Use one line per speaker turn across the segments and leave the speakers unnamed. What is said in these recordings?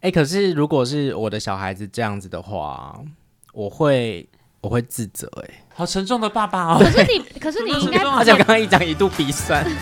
哎、可是如果是我的小孩子这样子的话，我会我会自责哎、
好沉重的爸爸
可
哦。
是你，可是你 应该
而
而
且
且
我刚
我刚
刚一讲一度鼻酸。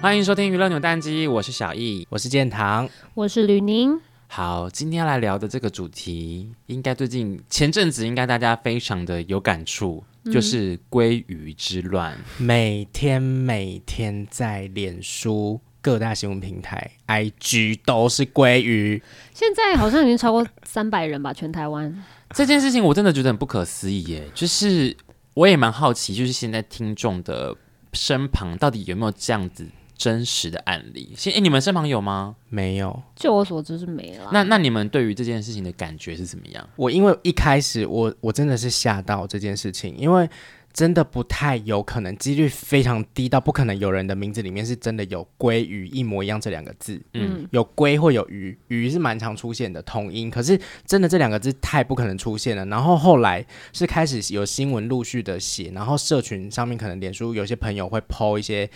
欢迎收听娱乐扭蛋机，我是小易。
我是建堂，
我是吕宁，
好，今天要来聊的这个主题，应该最近前阵子应该大家非常的有感触，就是鲑鱼之乱。
每天每天在脸书各大新闻平台、IG 都是鲑鱼，
现在好像已经超过三百人吧，全台湾。
这件事情我真的觉得很不可思议耶，就是我也蛮好奇，就是现在听众的身旁到底有没有这样子真实的案例？现哎，你们身旁有吗？
没有。
就我所知是没了。
那那你们对于这件事情的感觉是怎么样？
我因为一开始我我真的是吓到这件事情，因为真的不太有可能，几率非常低到不可能有人的名字里面是真的有鲑鱼一模一样这两个字。
嗯
嗯，
有龟或有鱼，鱼是蛮常出现的同音，可是真的这两个字太不可能出现了。然后后来是开始有新闻陆续的写，然后社群上面可能脸书有些朋友会 PO 一些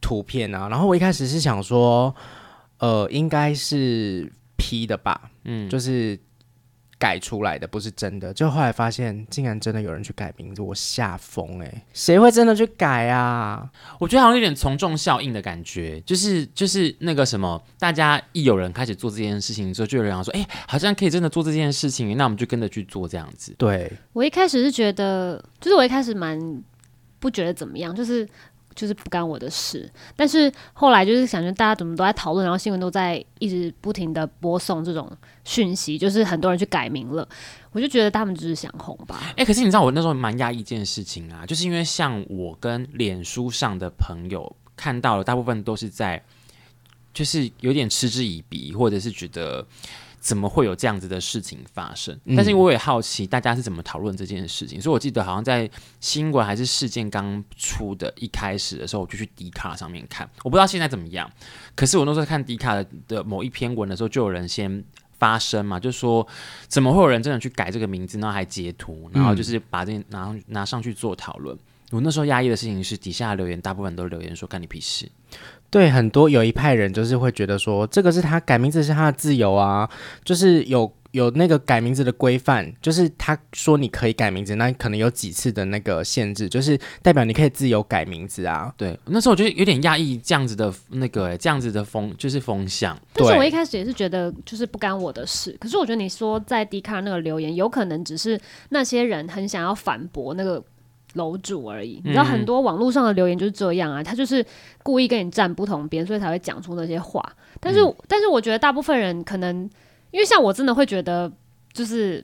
图片啊，然后我一开始是想说，呃，应该是 P 的吧，嗯，就是。改出来的不是真的，就后来发现竟然真的有人去改名字，我吓疯哎！谁会真的去改啊？
我觉得好像有点从众效应的感觉，就是就是那个什么，大家一有人开始做这件事情之后，就有人想说，哎、好像可以真的做这件事情，那我们就跟着去做这样子。
对，
我一开始是觉得，就是我一开始蛮不觉得怎么样，就是就是不干我的事。但是后来就是想着大家怎么都在讨论，然后新闻都在一直不停的播送这种讯息，就是很多人去改名了，我就觉得他们只是想红吧。
哎、可是你知道我那时候蛮压抑一件事情啊，就是因为像我跟脸书上的朋友看到了，大部分都是在就是有点嗤之以鼻，或者是觉得怎么会有这样子的事情发生？
嗯
但是我也好奇大家是怎么讨论这件事情，所以我记得好像在新闻还是事件刚出的一开始的时候，我就去迪卡上面看，我不知道现在怎么样。可是我那时候看迪卡的的某一篇文的时候，就有人先。发声嘛，就说怎么会有人真的去改这个名字，然后还截图，然后就是把这拿上拿上去做讨论。我那时候压抑的事情是，底下留言大部分都留言说干你屁事，
对，很多有一派人就是会觉得说，这个是他改名字是他的自由啊，就是有有那个改名字的规范，就是他说你可以改名字，那可能有几次的那个限制，就是代表你可以自由改名字啊。
对，那时候我就有点压抑这样子的那个、欸这样子的风，就是风向。
但是
对
我一开始也是觉得就是不干我的事，可是我觉得你说在 d 卡那个留言，有可能只是那些人很想要反驳那个楼主而已。你知道很多网络上的留言就是这样啊，他就是故意跟你站不同边，所以才会讲出那些话。但是，但是我觉得大部分人可能，因为像我真的会觉得，就是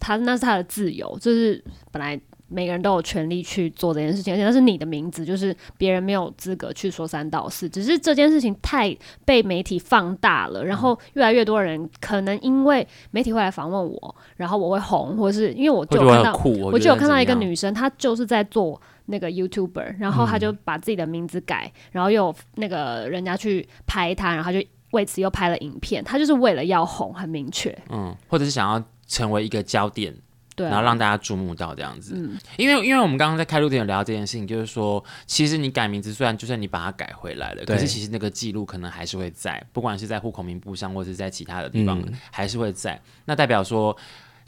他那是他的自由，就是本来。每个人都有权利去做这件事情，而且那是你的名字，就是别人没有资格去说三道四。只是这件事情太被媒体放大了，然后越来越多人可能因为媒体会来访问我，然后我会红，或是因为我
会
就
觉得
有看
我很
到
酷，
我就
就
有看到一个，女生，她就是在做那个 YouTuber，然后她就把自己的名字改，然后又有那个人家去拍她，然后她就为此又拍了影片，她就是为了要红，很明确，
嗯，或者是想要成为一个焦点，
对啊、嗯
然后让大家注目到这样子。因为因为我们刚刚在开录前有聊到这件事情，就是说，其实你改名字，虽然就算你把它改回来了，
对
可是其实那个记录可能还是会在，不管是在户口名簿上，或者是在其他的地方，
嗯
还是会在。那代表说。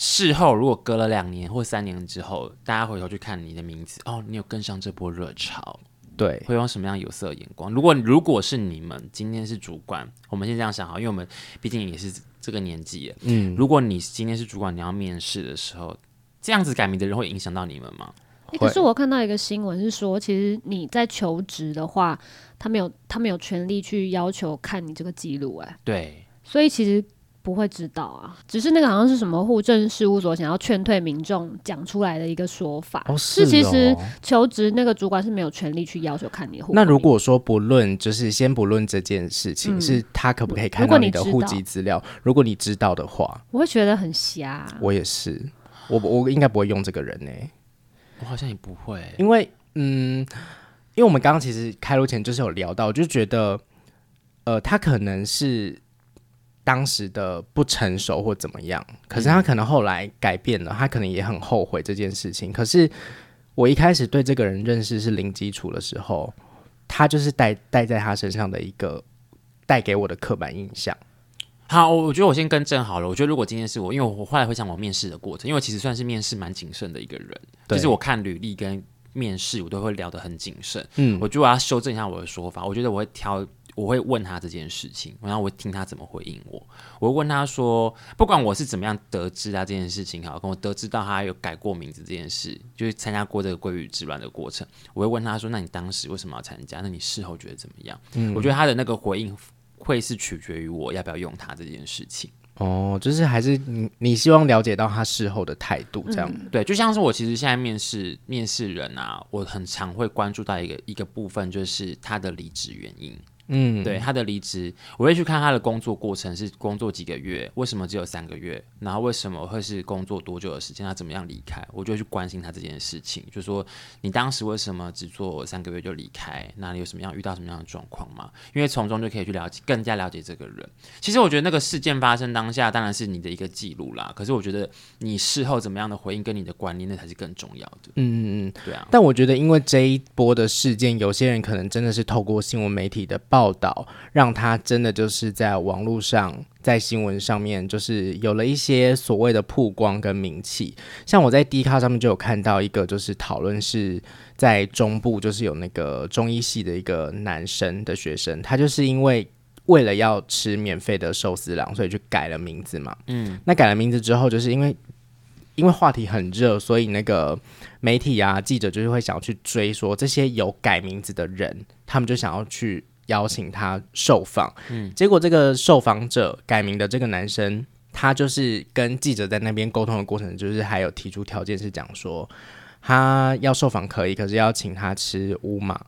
事后如果隔了两年或三年之后，大家回头去看你的名字，哦，你有跟上这波热潮，
对，
会用什么样有色的眼光？如果如果是你们今天是主管，我们先这样想好，因为我们毕竟也是这个年纪了。
嗯，
如果你今天是主管，你要面试的时候，这样子改名的人会影响到你们吗？
诶可是我看到一个新闻是说，其实你在求职的话，他没有他没有权利去要求看你这个记录、诶，
对，
所以其实。不会知道啊，只是那个好像是什么户政事务所想要劝退民众讲出来的一个说法，
哦
是
是
其实
哦
求职那个主管是没有权利去要求看你的户口
那如
名
果说不论，就是先不论这件事情，
嗯
是他可不可以看
如果
到
你
你的
知
户
道
籍资料？如果你知道的话，
我会觉得很瞎。
啊
啊
我也是，我我应该不会用这个人呢、
我好像也不会。
因为嗯，因为我们刚刚其实开录前就是有聊到，就觉得呃，他可能是当时的不成熟或怎么样，可是
嗯
他可能后来改变了，他可能也很后悔这件事情。可是我一开始对这个人认识是零基础的时候。他就是带带在他身上的一个带给我的刻板印象。
好，我我觉得我先更正好了。我觉得如果今天是我，因为我后来回想我面试的过程，因为我其实算是面试蛮谨慎的一个人，就
对
是我看履历跟面试，我都会聊得很谨慎。
嗯
我觉得我要修正一下我的说法，我觉得我会挑，我会问他这件事情，然后我会听他怎么回应我。我会问他说，不管我是怎么样得知他这件事情，好，跟我得知到他有改过名字这件事，就是参加过这个鲑鱼之乱的过程，我会问他说，那你当时为什么要参加？那你事后觉得怎么样？我觉得他的那个回应会是取决于我要不要用他这件事情。
哦，就是还是你你希望了解到他事后的态度这样。
对，就像是我其实现在面试面试人啊，我很常会关注到一个一个部分，就是他的离职原因。
嗯，
对他的离职，我会去看他的工作过程是工作几个月，为什么只有三个月，然后为什么会是工作多久的时间，他怎么样离开，我就会去关心他这件事情，就说你当时为什么只做三个月就离开，那你有什么样遇到什么样的状况吗？因为从中就可以去了解，更加了解这个人。其实我觉得那个事件发生当下当然是你的一个记录啦，可是我觉得你事后怎么样的回应跟你的观念，那才是更重要的。
嗯嗯嗯。
对啊，
但我觉得，因为这一波的事件，有些人可能真的是透过新闻媒体的报道，让他真的就是在网络上、在新闻上面，就是有了一些所谓的曝光跟名气。像我在 D 卡上面就有看到一个，就是讨论是在中部，就是有那个中医系的一个男生的学生，他就是因为。为了要吃免费的寿司郎，所以去改了名字嘛。嗯，那改了名字之后，就是因为因为话题很热，所以那个媒体啊、记者就是会想要去追说这些有改名字的人，他们就想要去邀请他受访。嗯，结果这个受访者改名的这个男生，他就是跟记者在那边沟通的过程，就是还有提出条件是讲说。他要受访可以，可是要请他吃乌马，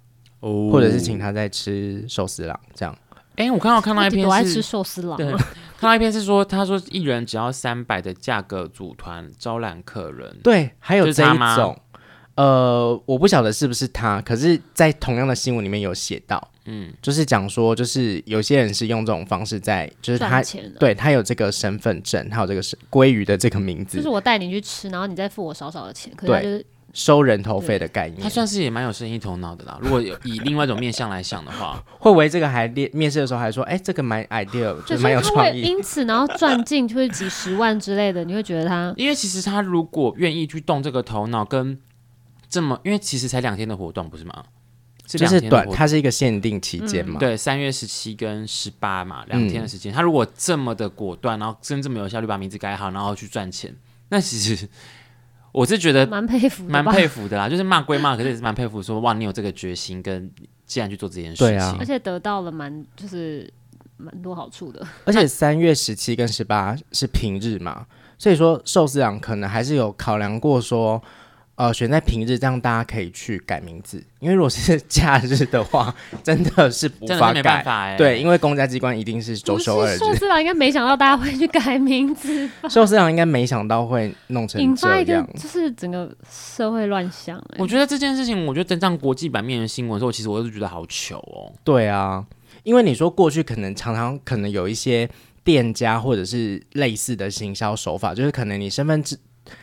哦
或者是请他再吃寿司郎这样。
哎、我刚好看到一篇
我爱
是
吃寿司郎
对
啊，
看到一篇是说，他说一人只要三百的价格组团招揽客人，
对，还有
就是
这
他
一
吗
种，呃，我不晓得是不是他，可是，在同样的新闻里面有写到，嗯，就是讲说，就是有些人是用这种方式在，就是他
赚钱的。
对他有这个身份证，他有这个是鲑鱼的这个名
就
字
是，我带你去吃，然后你再付我少少的钱，可是他
对
就是
收人头费的概
他
念，
算是也蛮有生意头脑的啦。如果有以另外一种面向来想 的话，
会不会这个还面面试的时候还说，哎，这个蛮 idea，就
对，
是
所
蛮
以
有
他会
创意，
因此然后赚进就是几十万之类的，你会觉得他
因为其实他如果愿意去动这个头脑，跟这么，因为其实才两天的活动，不是吗？是
就
两
是
天的活
短，
动。
它是一个限定期间嘛，
对，三月十七跟十八嘛，两天的时间。他如果这么的果断，然后真这么有效率把名字改好，然后去赚钱，那其实 我是觉得
蛮佩服的
蛮
吧？
佩服的啦，就是骂归骂，可是也是蛮佩服说，哇，你有这个决心跟既然去做这件事
对
情，
啊
而且得到了蛮就是蛮多好处的。
而且三月十七跟十八是平日嘛，所以说寿司郎可能还是有考量过说，呃，选在平日，这样大家可以去改名字，因为如果是假日的话， 真的是无
真的
法
是没办
改。
法哎、
对，，因为公家机关一定是周
不是
休二
寿
日，
司郎应该没想到大家会去改名字，
寿司郎应该没想到会弄 成
引发
这
一个
样。
就是整个社会乱象、欸。
我觉得这件事情，我觉得登上国际版面的新闻的时候，其实我是觉得好糗哦。
对啊，因为你说过去可能常常可能有一些店家或者是类似的行销手法，就是可能你身份证。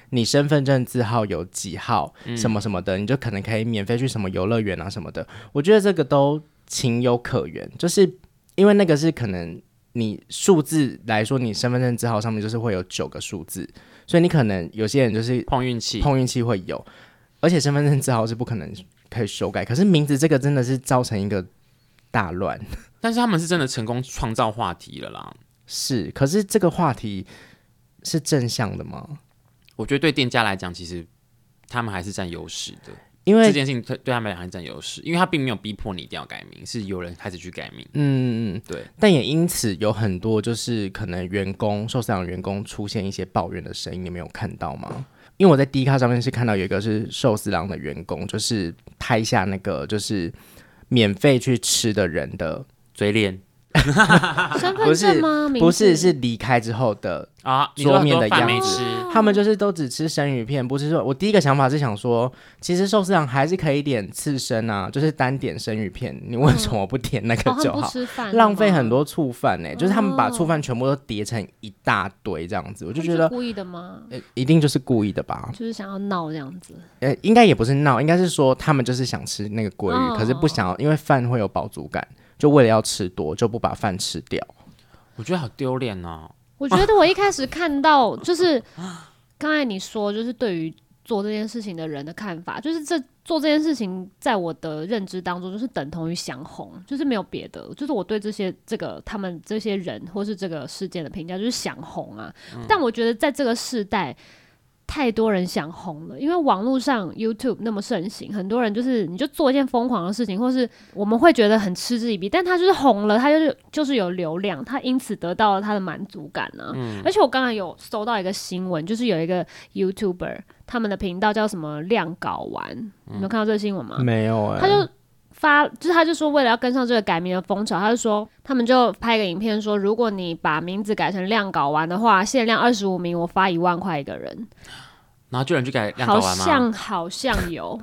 你身份证字号有几号，什么什么的，你就可能可以免费去什么游乐园啊什么的。我觉得这个都情有可原，就是因为那个是可能你数字来说，你身份证字号上面就是会有九个数字，所以你可能有些人就是
碰运气，
碰运气会有，而且身份证字号是不可能可以修改。可是名字这个真的是造成一个大乱，
但是他们是真的成功创造话题了啦。
是。可是这个话题是正向的吗？
我觉得对店家来讲，其实他们还是占优势的。
因
这
为
件事情对对他们来讲还是占优势，因为他并没有逼迫你一定要改名，是有人开始去改名。
嗯，嗯
对，
但也因此有很多就是可能员工受伤的员工出现一些抱怨的声音，你没有看到吗？因为我在 D 卡上面是看到有一个是寿司郎的员工，就是拍下那个就是免费去吃的人的
嘴脸
哎 身份
不是
证吗？名
不是
字哦
是离开之后的，
啊，你说
桌面
很
的
多饭没
样子
吃，
他
嗯
们就是都只吃生鱼片，不是说我第一个想法是想说，其实寿司郎还是可以点刺身啊，就是单点生鱼片，你为什么不点那个
哦，他
就
们不
好？
吃饭，
浪费很
多。
多醋饭呢、就是他们把
哦
醋饭全部都叠成一大堆这样子，我
我
就觉得
故意的吗？
呃一定就是故意的吧？
就是想要闹这样子，
呃，应该也不是闹，应该是说他们就是想吃那个鲑鱼，
哦
可是不想要，因为饭会有饱足感，就为了要吃多，就不把饭吃掉。
我觉得好丢脸哦。
我觉得我一开始看到就是刚才你说，就是对于做这件事情的人的看法，就是这做这件事情，在我的认知当中，就是等同于想红，就是没有别的，就是我对这些这个他们这些人或是这个事件的评价就是想红啊。但我觉得在这个世代。太多人想红了，因为网络上 YouTube 那么盛行，很多人就是你就做一件疯狂的事情，或是我们会觉得很嗤之以鼻，但他就是红了，他就是就是有流量，他因此得到了他的满足感啊。而且我刚才有搜到一个新闻，就是有一个 YouTuber，他们的频道叫什么“量睾丸”，你有看到这个新闻吗？
没有哎、
嗯他就发，就是他就说为了要跟上这个改名的风潮，他就说他们就拍一个影片说，如果你把名字改成量睾丸的话，限量二十五名，我发一万块一个人。
然后就有人去改量
好
睾丸吗？
像好像有，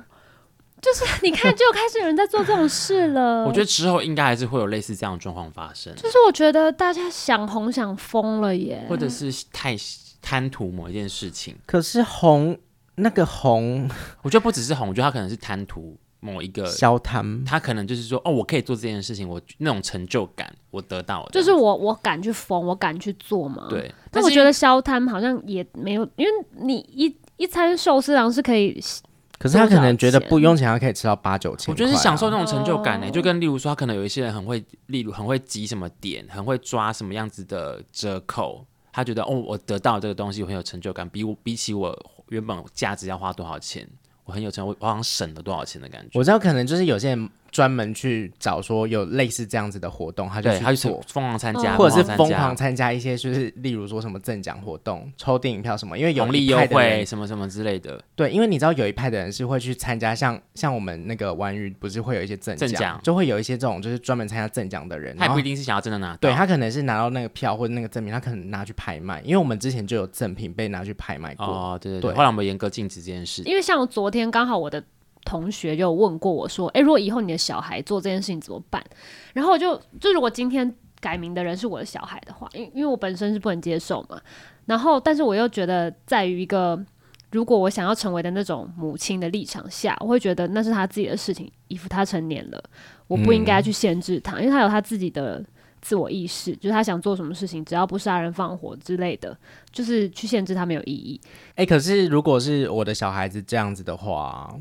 就是你看，就开始有人在做这种事了。
我觉得之后应该还是会有类似这样的状况发生，
呃就是我觉得大家想红想疯了耶，
或者是太贪图某一件事情。
可是红那个红
我觉得不只是红，我觉得他可能是贪图某一个，
消摊，
他可能就是说，哦，我可以做这件事情，我那种成就感我得到了，
就是我嗯我敢去疯，我敢去做嘛。。
对。
但
但
我
是
觉得消摊好像也没有，因为你一一餐寿司郎是可以，
可是他可能觉得
多少钱
不用钱，他可以吃到八九千、啊
我觉得是享受那种成就感呢、欸
哦
就跟例如说，他可能有一些人很会，例如很会集什么点，很会抓什么样子的折扣，他觉得哦，我得到这个东西我很有成就感，比我比起我原本价值要花多少钱，我很有成，我我好像省了多少钱的感觉。
我知道，可能就是有些人专门去找说有类似这样子的活动，他就
对，他
去
就是
做，
疯狂参加，
或者是
参加
疯狂参加一些，就是例如说什么赠奖活动、抽电影票什么，因为有
红利
一
优
派的人
惠什么什么之类的，
对，因为你知道有一派的人是会去参加像，像我们那个玩娱不是会有一些赠
赠奖
就会有一些这种就是专门参加赠奖的人，
他
然
也
后
不一定是想要真的拿到。
对他可能是拿到那个票或者那个赠品，他可能拿去拍卖，因为我们之前就有赠品被拿去拍卖过。
哦，对对对，
对
后来我们严格禁止这件事。
因为像昨天刚好我的同学就有问过我说，诶，如果以后你的小孩做这件事情怎么办？然后我就就如果今天改名的人是我的小孩的话，因因为我本身是不能接受嘛，然后但是我又觉得在于一个。如果我想要成为的那种母亲的立场下，我会觉得那是他自己的事情，以服他成年了，我不应
嗯
该去限制他，因为他有他自己的自我意识，就是他想做什么事情，只要不杀人放火之类的，就是去限制他没有意义。
哎、可是如果是我的小孩子这样子的话，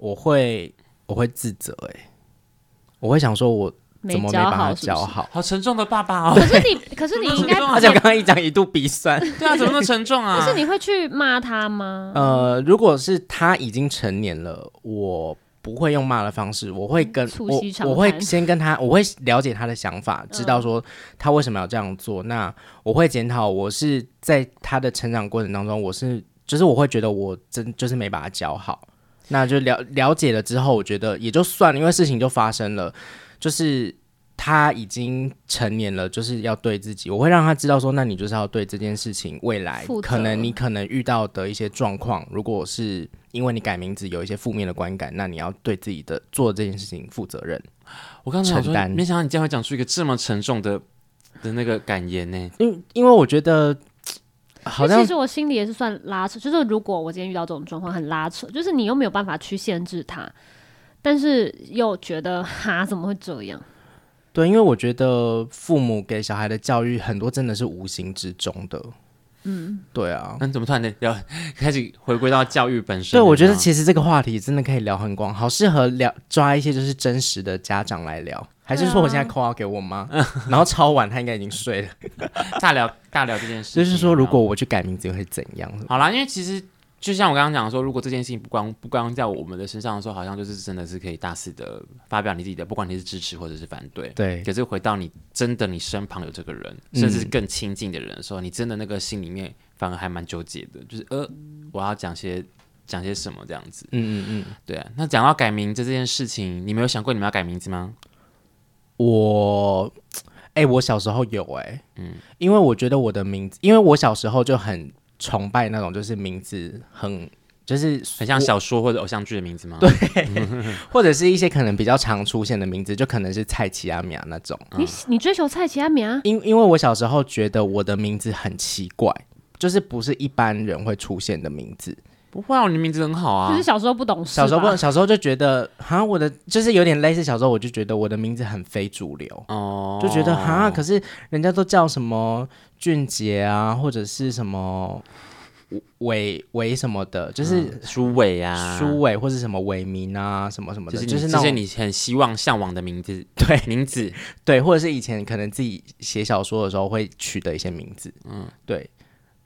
我会我会自责哎、我会想说我
没
怎么没
教
把
好
他
是不是
教好。
好沉重的爸爸哦，
可是你，可是你应该，
怎么
而且我
那么沉重
刚刚一讲一度鼻酸。
啊？对啊，怎么那么沉重 啊？
可是你会去骂他吗？
呃，如果是他已经成年了，我不会用骂的方式，我会跟
促
我
膝长
我会
谈嗯
先跟他，我会了解他的想法，知道说他为什么要这样做。那我会检讨，我是在他的成长过程当中，我是就是我会觉得我真就是没把他教好。那就了了解了之后，我觉得也就算了，因为事情就发生了，就是。他已经成年了，就是要对自己，我会让他知道说，那你就是要对这件事情未来
负责
可能你可能遇到的一些状况，如果是因为你改名字有一些负面的观感，那你要对自己的做这件事情负责任。
我刚才想说
承，担
没想到你竟然会讲出一个这么沉重的的那个感言呢。
因因为我觉得好
因为
像
其实我心里也是算拉扯，就是如果我今天遇到这种状况，很拉扯，就是你又没有办法去限制他，但是又觉得哈怎么会这样？
对，因为我觉得父母给小孩的教育很多真的是无形之中的。嗯，对啊。
那你怎么突然的聊， 开始回归到教育本身
对，
了呢？
我觉得其实这个话题真的可以聊很广，好适合聊抓一些就是真实的家长来聊，还是说我现在扣号给我妈， 然后超晚她应该已经睡了，
大聊大聊这件事情
就
啊，
是说如果我去改名字会怎样？
好啦，因为其实就像我刚刚讲说，如果这件事情不光不光在我们的身上的时候，好像就是真的是可以大肆的发表你自己的，不管你是支持或者是反对。
对，
可是回到你真的你身旁有这个人，
嗯
甚至是更亲近的人的时候，你真的那个心里面反而还蛮纠结的，就是呃，我要讲些讲些什么这样子。
嗯嗯嗯。
对啊，那讲到改名字这件事情，你没有想过你们要改名字吗？
我，哎、哎、我小时候有哎、嗯，因为我觉得我的名字，因为我小时候就很崇拜那种，就是名字很 就是
很像小说或者偶像剧的名字吗？
对，或者是一些可能比较常出现的名字，就可能是蔡奇阿米亚那种。
你你追求蔡奇阿米啊？
因因为我小时候觉得我的名字很奇怪，就是不是一般人会出现的名字。
不会啊，你的名字很好
就
啊
是。小时候不懂事吧，
小时候不，小时候就觉得，哈，我的就是有点类似小时候，我就觉得我的名字很非主流，
哦，
就觉得哈，可是人家都叫什么俊杰啊，或者是什么伟伟什么的，就是
苏伟啊，
苏伟或是什么伟民啊，什么什么
就
的，
是
就是
你
那
这
种
是你很希望向往的名字，
对
名字。
对，或者是以前可能自己写小说的时候会取的一些名字，嗯，对，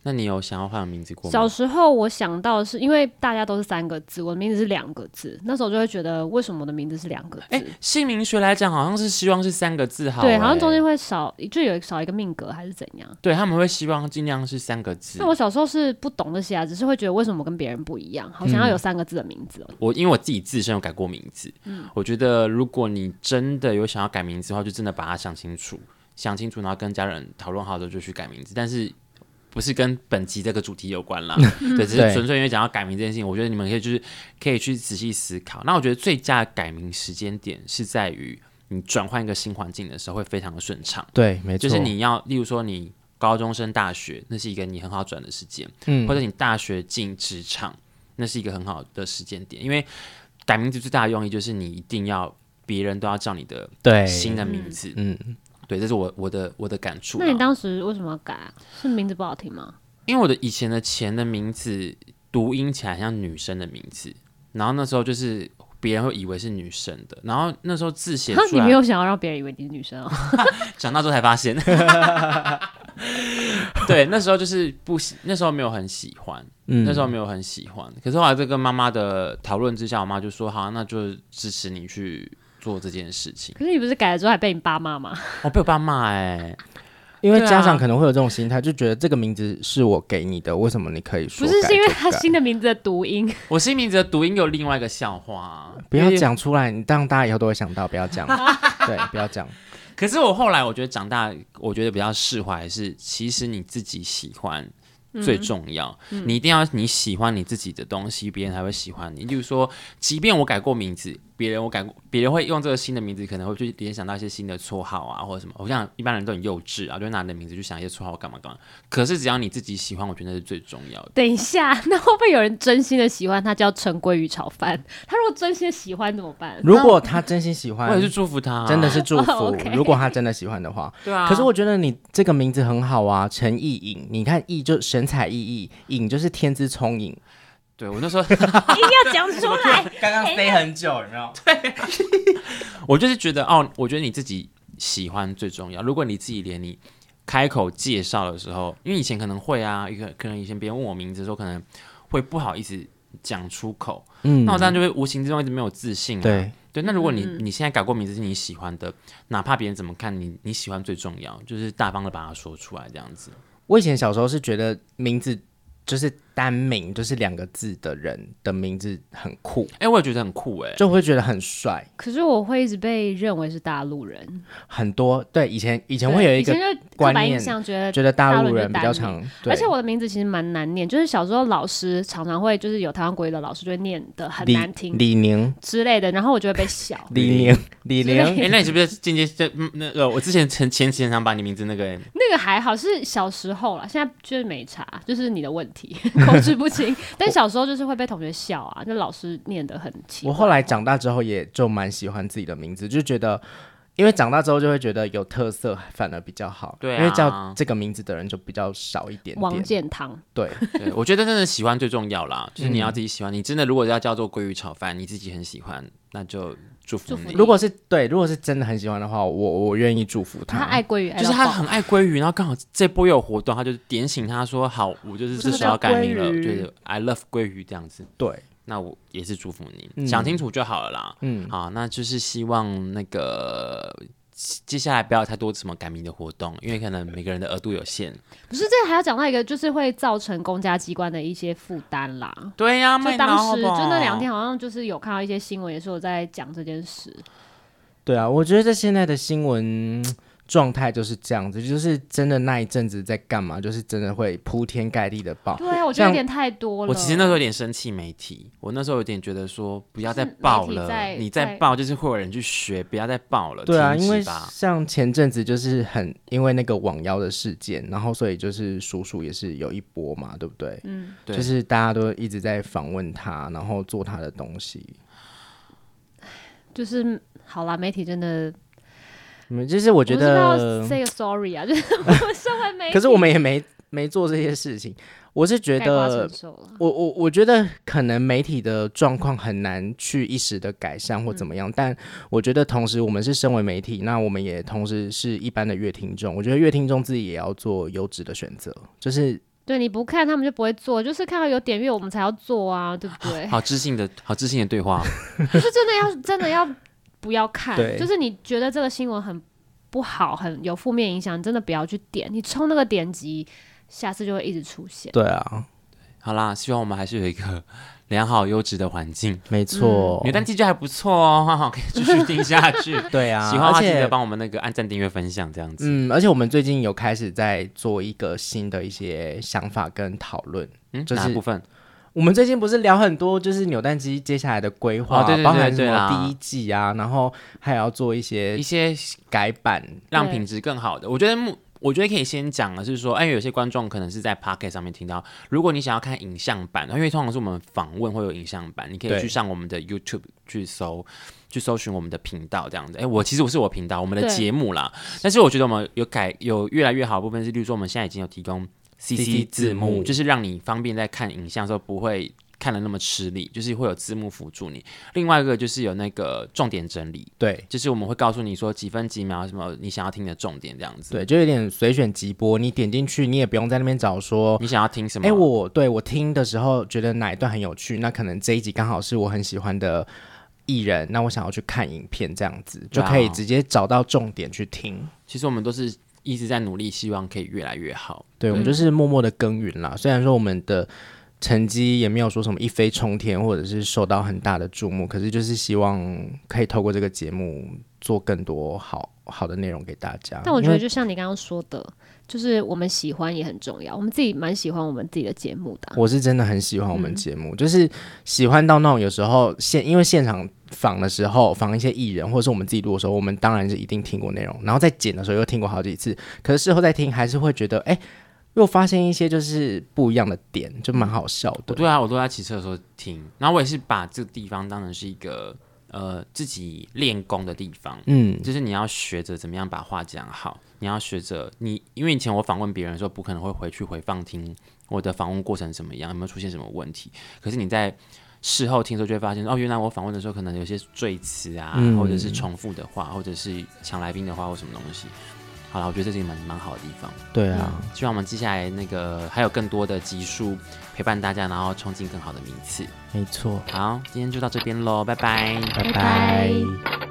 那你有想要换名字过
小
吗？
时候我想到的是因为大家都是三个字，我的名字是两个字，那时候就会觉得为什么我的名字是两个字？
哎，姓名学来讲，好像是希望是三个字好欸，
对，好像中间会少，就有少一个命格还是怎样？
对他们会希望尽量是三个字
那。我小时候是不懂这些啊，只是会觉得为什么我跟别人不一样，好想
嗯
要有三个字的名字哦。
我因为我自己自身有改过名字，我觉得如果你真的有想要改名字的话，就真的把它想清楚，想清楚，然后跟家人讨论好之后就去改名字。但是不是跟本集这个主题有关啦？对，只是
对
纯粹因为讲到改名这件事情，我觉得你们可以就是可以去仔细思考。那我觉得最佳的改名时间点是在于你转换一个新环境的时候会非常的顺畅。
对，没
就是你要，例如说你高中升大学，那是一个你很好转的时间，
嗯
或者你大学进职场，那是一个很好的时间点，因为改名字最大的用意就是你一定要别人都要叫你的
对
新的名字，
哎嗯，
对，这是我我的我的感触
啊
啦。
那你当时为什么要改啊？是名字不好听吗？
因为我的以前的前的名字读音起来很像女生的名字，然后那时候就是别人会以为是女生的，然后那时候字写
哈
出
你
来
没，有想要让别人以为你是女生哦。
长大之后才发现。 对，那时候就是不喜，那时候没有很喜欢，
嗯
那时候没有很喜欢。可是后来在跟妈妈的讨论之下，我妈就说：“好，那就支持你去做这件事情。
可是你不是改了之后还被你爸骂吗？
我哦被我爸骂哎、
因为
对啊
家长可能会有这种心态，就觉得这个名字是我给你的，为什么你可以说
不是，
改
是因为
就
他
改
新的名字的读音。
我新名字的读音有另外一个笑话啊、
不要
因为。
讲出来，你让大家以后都会想到，不要 讲，对，不要讲，
可是我后来我觉得长大，我觉得比较释怀是，其实你自己喜欢。最重要，你一定要你喜欢你自己的东西，别人才会喜欢你。例如说，即便我改过名字，别人我改过，别人会用这个新的名字，可能会去联想到一些新的绰号啊，或者什么。我想一般人都很幼稚啊，就会拿你的名字去想一些绰号干嘛干嘛。可是只要你自己喜欢，我觉得那是最重要的。
等一下， 那会不会有人真心的喜欢他叫陈鲑鱼炒饭？他如果真心的喜欢怎么 办？
如果他真心喜欢
我也，是祝福他、
真的，是祝 福。
哦，OK
如果他真的喜欢的话，
对 啊。
可是我觉得你这个名字很好啊，陈意颖，你看意就神采奕奕，颖就是天资聪颖，
对我那时候
一定要讲出来。
刚刚 stay 很久，有没有？
我就是觉得哦，我觉得你自己喜欢最重要。如果你自己连你开口介绍的时候，因为以前可能会啊，一个可能以前别人问我名字的时候，可能会不好意思讲出口，
嗯
那我当然就会无形之中一直没有自信、啊。
对，
对，那如果你你现在改过名字是你喜欢的，哪怕别人怎么看你，你喜欢最重要，就是大方的把它说出来这样子。
我以前小时候是觉得名字就是单名，就是两个字的人的名字很酷，
哎、我也觉得很酷哎、
就会觉得很帅，
可是我会一直被认为是大陆人，
很多对以前以前会有一个
以前就刻
观
板印
念
象，觉得。
觉得大
大陆
陆
人
人
就
比较
单
常，对
而且我的名字其实蛮难念，就是小时候老师常常会，就是有台湾国语的老师就会念的很
李
难听
李宁，。
之类的，然后我就会被笑
李宁， 李
之类
宁，
哎、那你是不是间接在嗯那个？我之前前前几天想把你名字那个、哎
那个还好是小时候啦，现在就是没查，就是你的问题， 口齿不 清。但小时候就是会被同学笑啊，就老师念的很奇怪。
我后来长大之后也就蛮喜欢自己的名字，就觉得。因为长大之后就会觉得有特色反而比较好，
对啊
因为叫这个名字的人就比较少一点
王
点。
建堂，
对，
对，我觉得真的喜欢最重要啦，就是你要自己喜欢。你真的如果要叫做鲑鱼炒饭，你自己很喜欢，那就祝福
祝福
你。
你
如果是对，如果是真的很喜欢的话，我我愿意祝福
他爱鲑鱼，爱
就是
到
他
爆
很爱鲑鱼，然后刚好这波有活动，他就点醒他说：“好，我就是这时候要改名了，
我
我
真的
觉
要鲑鱼
得 I love 鲑鱼这样子。
对，”
那我也是祝福你，想清楚就好了啦。嗯，好，那就是希望那个接下来不要有太多什么改名的活动，因为可能每个人的额度有限。
不是，这还要讲到一个，就是会造成公家机关的一些负担啦。
对呀、麦
就当
当劳
时
好不好
就那两天，好像就是有看到一些新闻，也是有在讲这件事。
对啊，我觉得现在的新闻状态就是这样子，就是真的那一阵子在干嘛，就是真的会铺天盖地的爆。
对啊，我觉得有
像
点太多了。
我其实那时候有点生气媒体，我那时候有点觉得说不要再
就是
爆
媒体
了，
在
你
在
再爆就是会有人去学，不要再爆了，
对啊，
停
因为
止 吧
像前阵子就是很因为那个网妖的事件，然后所以就是叔叔也是有一波嘛，对不对？
嗯，
对
就是大家都一直在访问他，然后做他的东西。
就是好啦，媒体真的，
嗯，就是我
我
觉
要
得，
say sorry 啊， 就是我们身为媒体，
可是我们也没没做这些事情。我是觉
该瓜
得
承，受了。
我我我觉得可能媒体的状况很难去一时的改善
嗯
或怎么样，但我觉得同时我们是身为媒体，那我们也同时是一般的乐听众，我觉得乐听众自己也要做优质的选择，就是
对，你不看他们就不会做，就是看到有点阅我们才要做啊，对不 对？
好知性的好知性的对话，哦
就是真的要真的要不要看
对，
就是你觉得这个新闻很不好，很有负面影响，你真的不要去点，你冲那个点击，下次就会一直出现。
对啊，
好啦，希望我们还是有一个 良好优质的环境。
没错，
扭蛋机就还不错哦，哈哈，可以继续听下去。
对啊，
喜欢的话
而
记
且
得帮我们那个按赞、订阅、分享这样子。
嗯，而且我们最近有开始在做一个新的一些想法跟讨论。
嗯，
就是
哪部分？
我们最近不是聊很多，就是扭蛋机接下来的规划、
哦对对
包含
对
什
对
么
啦
第一季啊，然后还要做一些
一些
改版，
让
对
品质更好的。我觉得目，我觉得可以先讲的是说，哎，有些观众可能是在 Pocket 上面听到，如果你想要看影像版，因为通常是我们访问会有影像版，你可以
对
去上我们的 YouTube 去搜。去搜寻我们的频道这样子，哎、我其实我是我频道，我们的
对
节目啦。但是我觉得我们有改，有越来越好的部分是，例如说我们现在已经有提供 CC 字幕，
幕
就是让你方便在看影像的时候不会看的那么吃力，就是会有字幕辅助你。另外一个就是有那个重点整理，
对
就是我们会告诉你说几分几秒什么你想要听的重点这样子。
对，，就有点随选即播，你点进去，你也不用在那边找说。
嗯
你想要听什么？
哎、我对我听的时候觉得哪一段很有趣，那可能这一集刚好是我很喜欢的艺人，那我想要去看影片，这样
哦
子就可以
哇
直接找到重点去听。
其实我们都是一直在努力，希望可以越来越好。
对，
嗯
我们就是默默的耕耘啦。虽然说我们的成绩也没有说什么一飞冲天，或者是受到很大的注目，可是就是希望可以透过这个节目做更多好好的内容给大家。
但我
啊因
觉得，
为
就像你刚刚说的，就是我们喜欢也很重要。我们自己蛮喜欢我们自己的节目的啊、
我是真的很喜欢我
嗯
们节目，就是喜欢到那种有时候现因为现场访的时候，访一些艺人或者是我们自己录的时候，我们当然是一定听过内容，然后在剪的时候又听过好几次，可是事后再听还是会觉得，哎、又发现一些就是不一样的点，就蛮好笑的。
我对啊，我都在骑车的时候听，然后我也是把这个地方当成是一个呃自己练功的地方。
嗯，
就是你要学着怎么样把话讲好，你要学着你，因为以前我访问别人的时候，不可能会回去回放听我的访问过程怎么样，有没有出现什么问题。可是你在事后听的时候，就会发现哦，原来我访问的时候可能有些赘词啊，
嗯
或者是重复的话，或者是抢来宾的话或什么东西。好了，我觉得这是一个蛮蛮好的地方。
对啊。
希望我们接下来那个还有更多的集数陪伴大家，然后冲进更好的名次。
没错，
好，今天就到这边喽，拜拜
拜
拜
拜。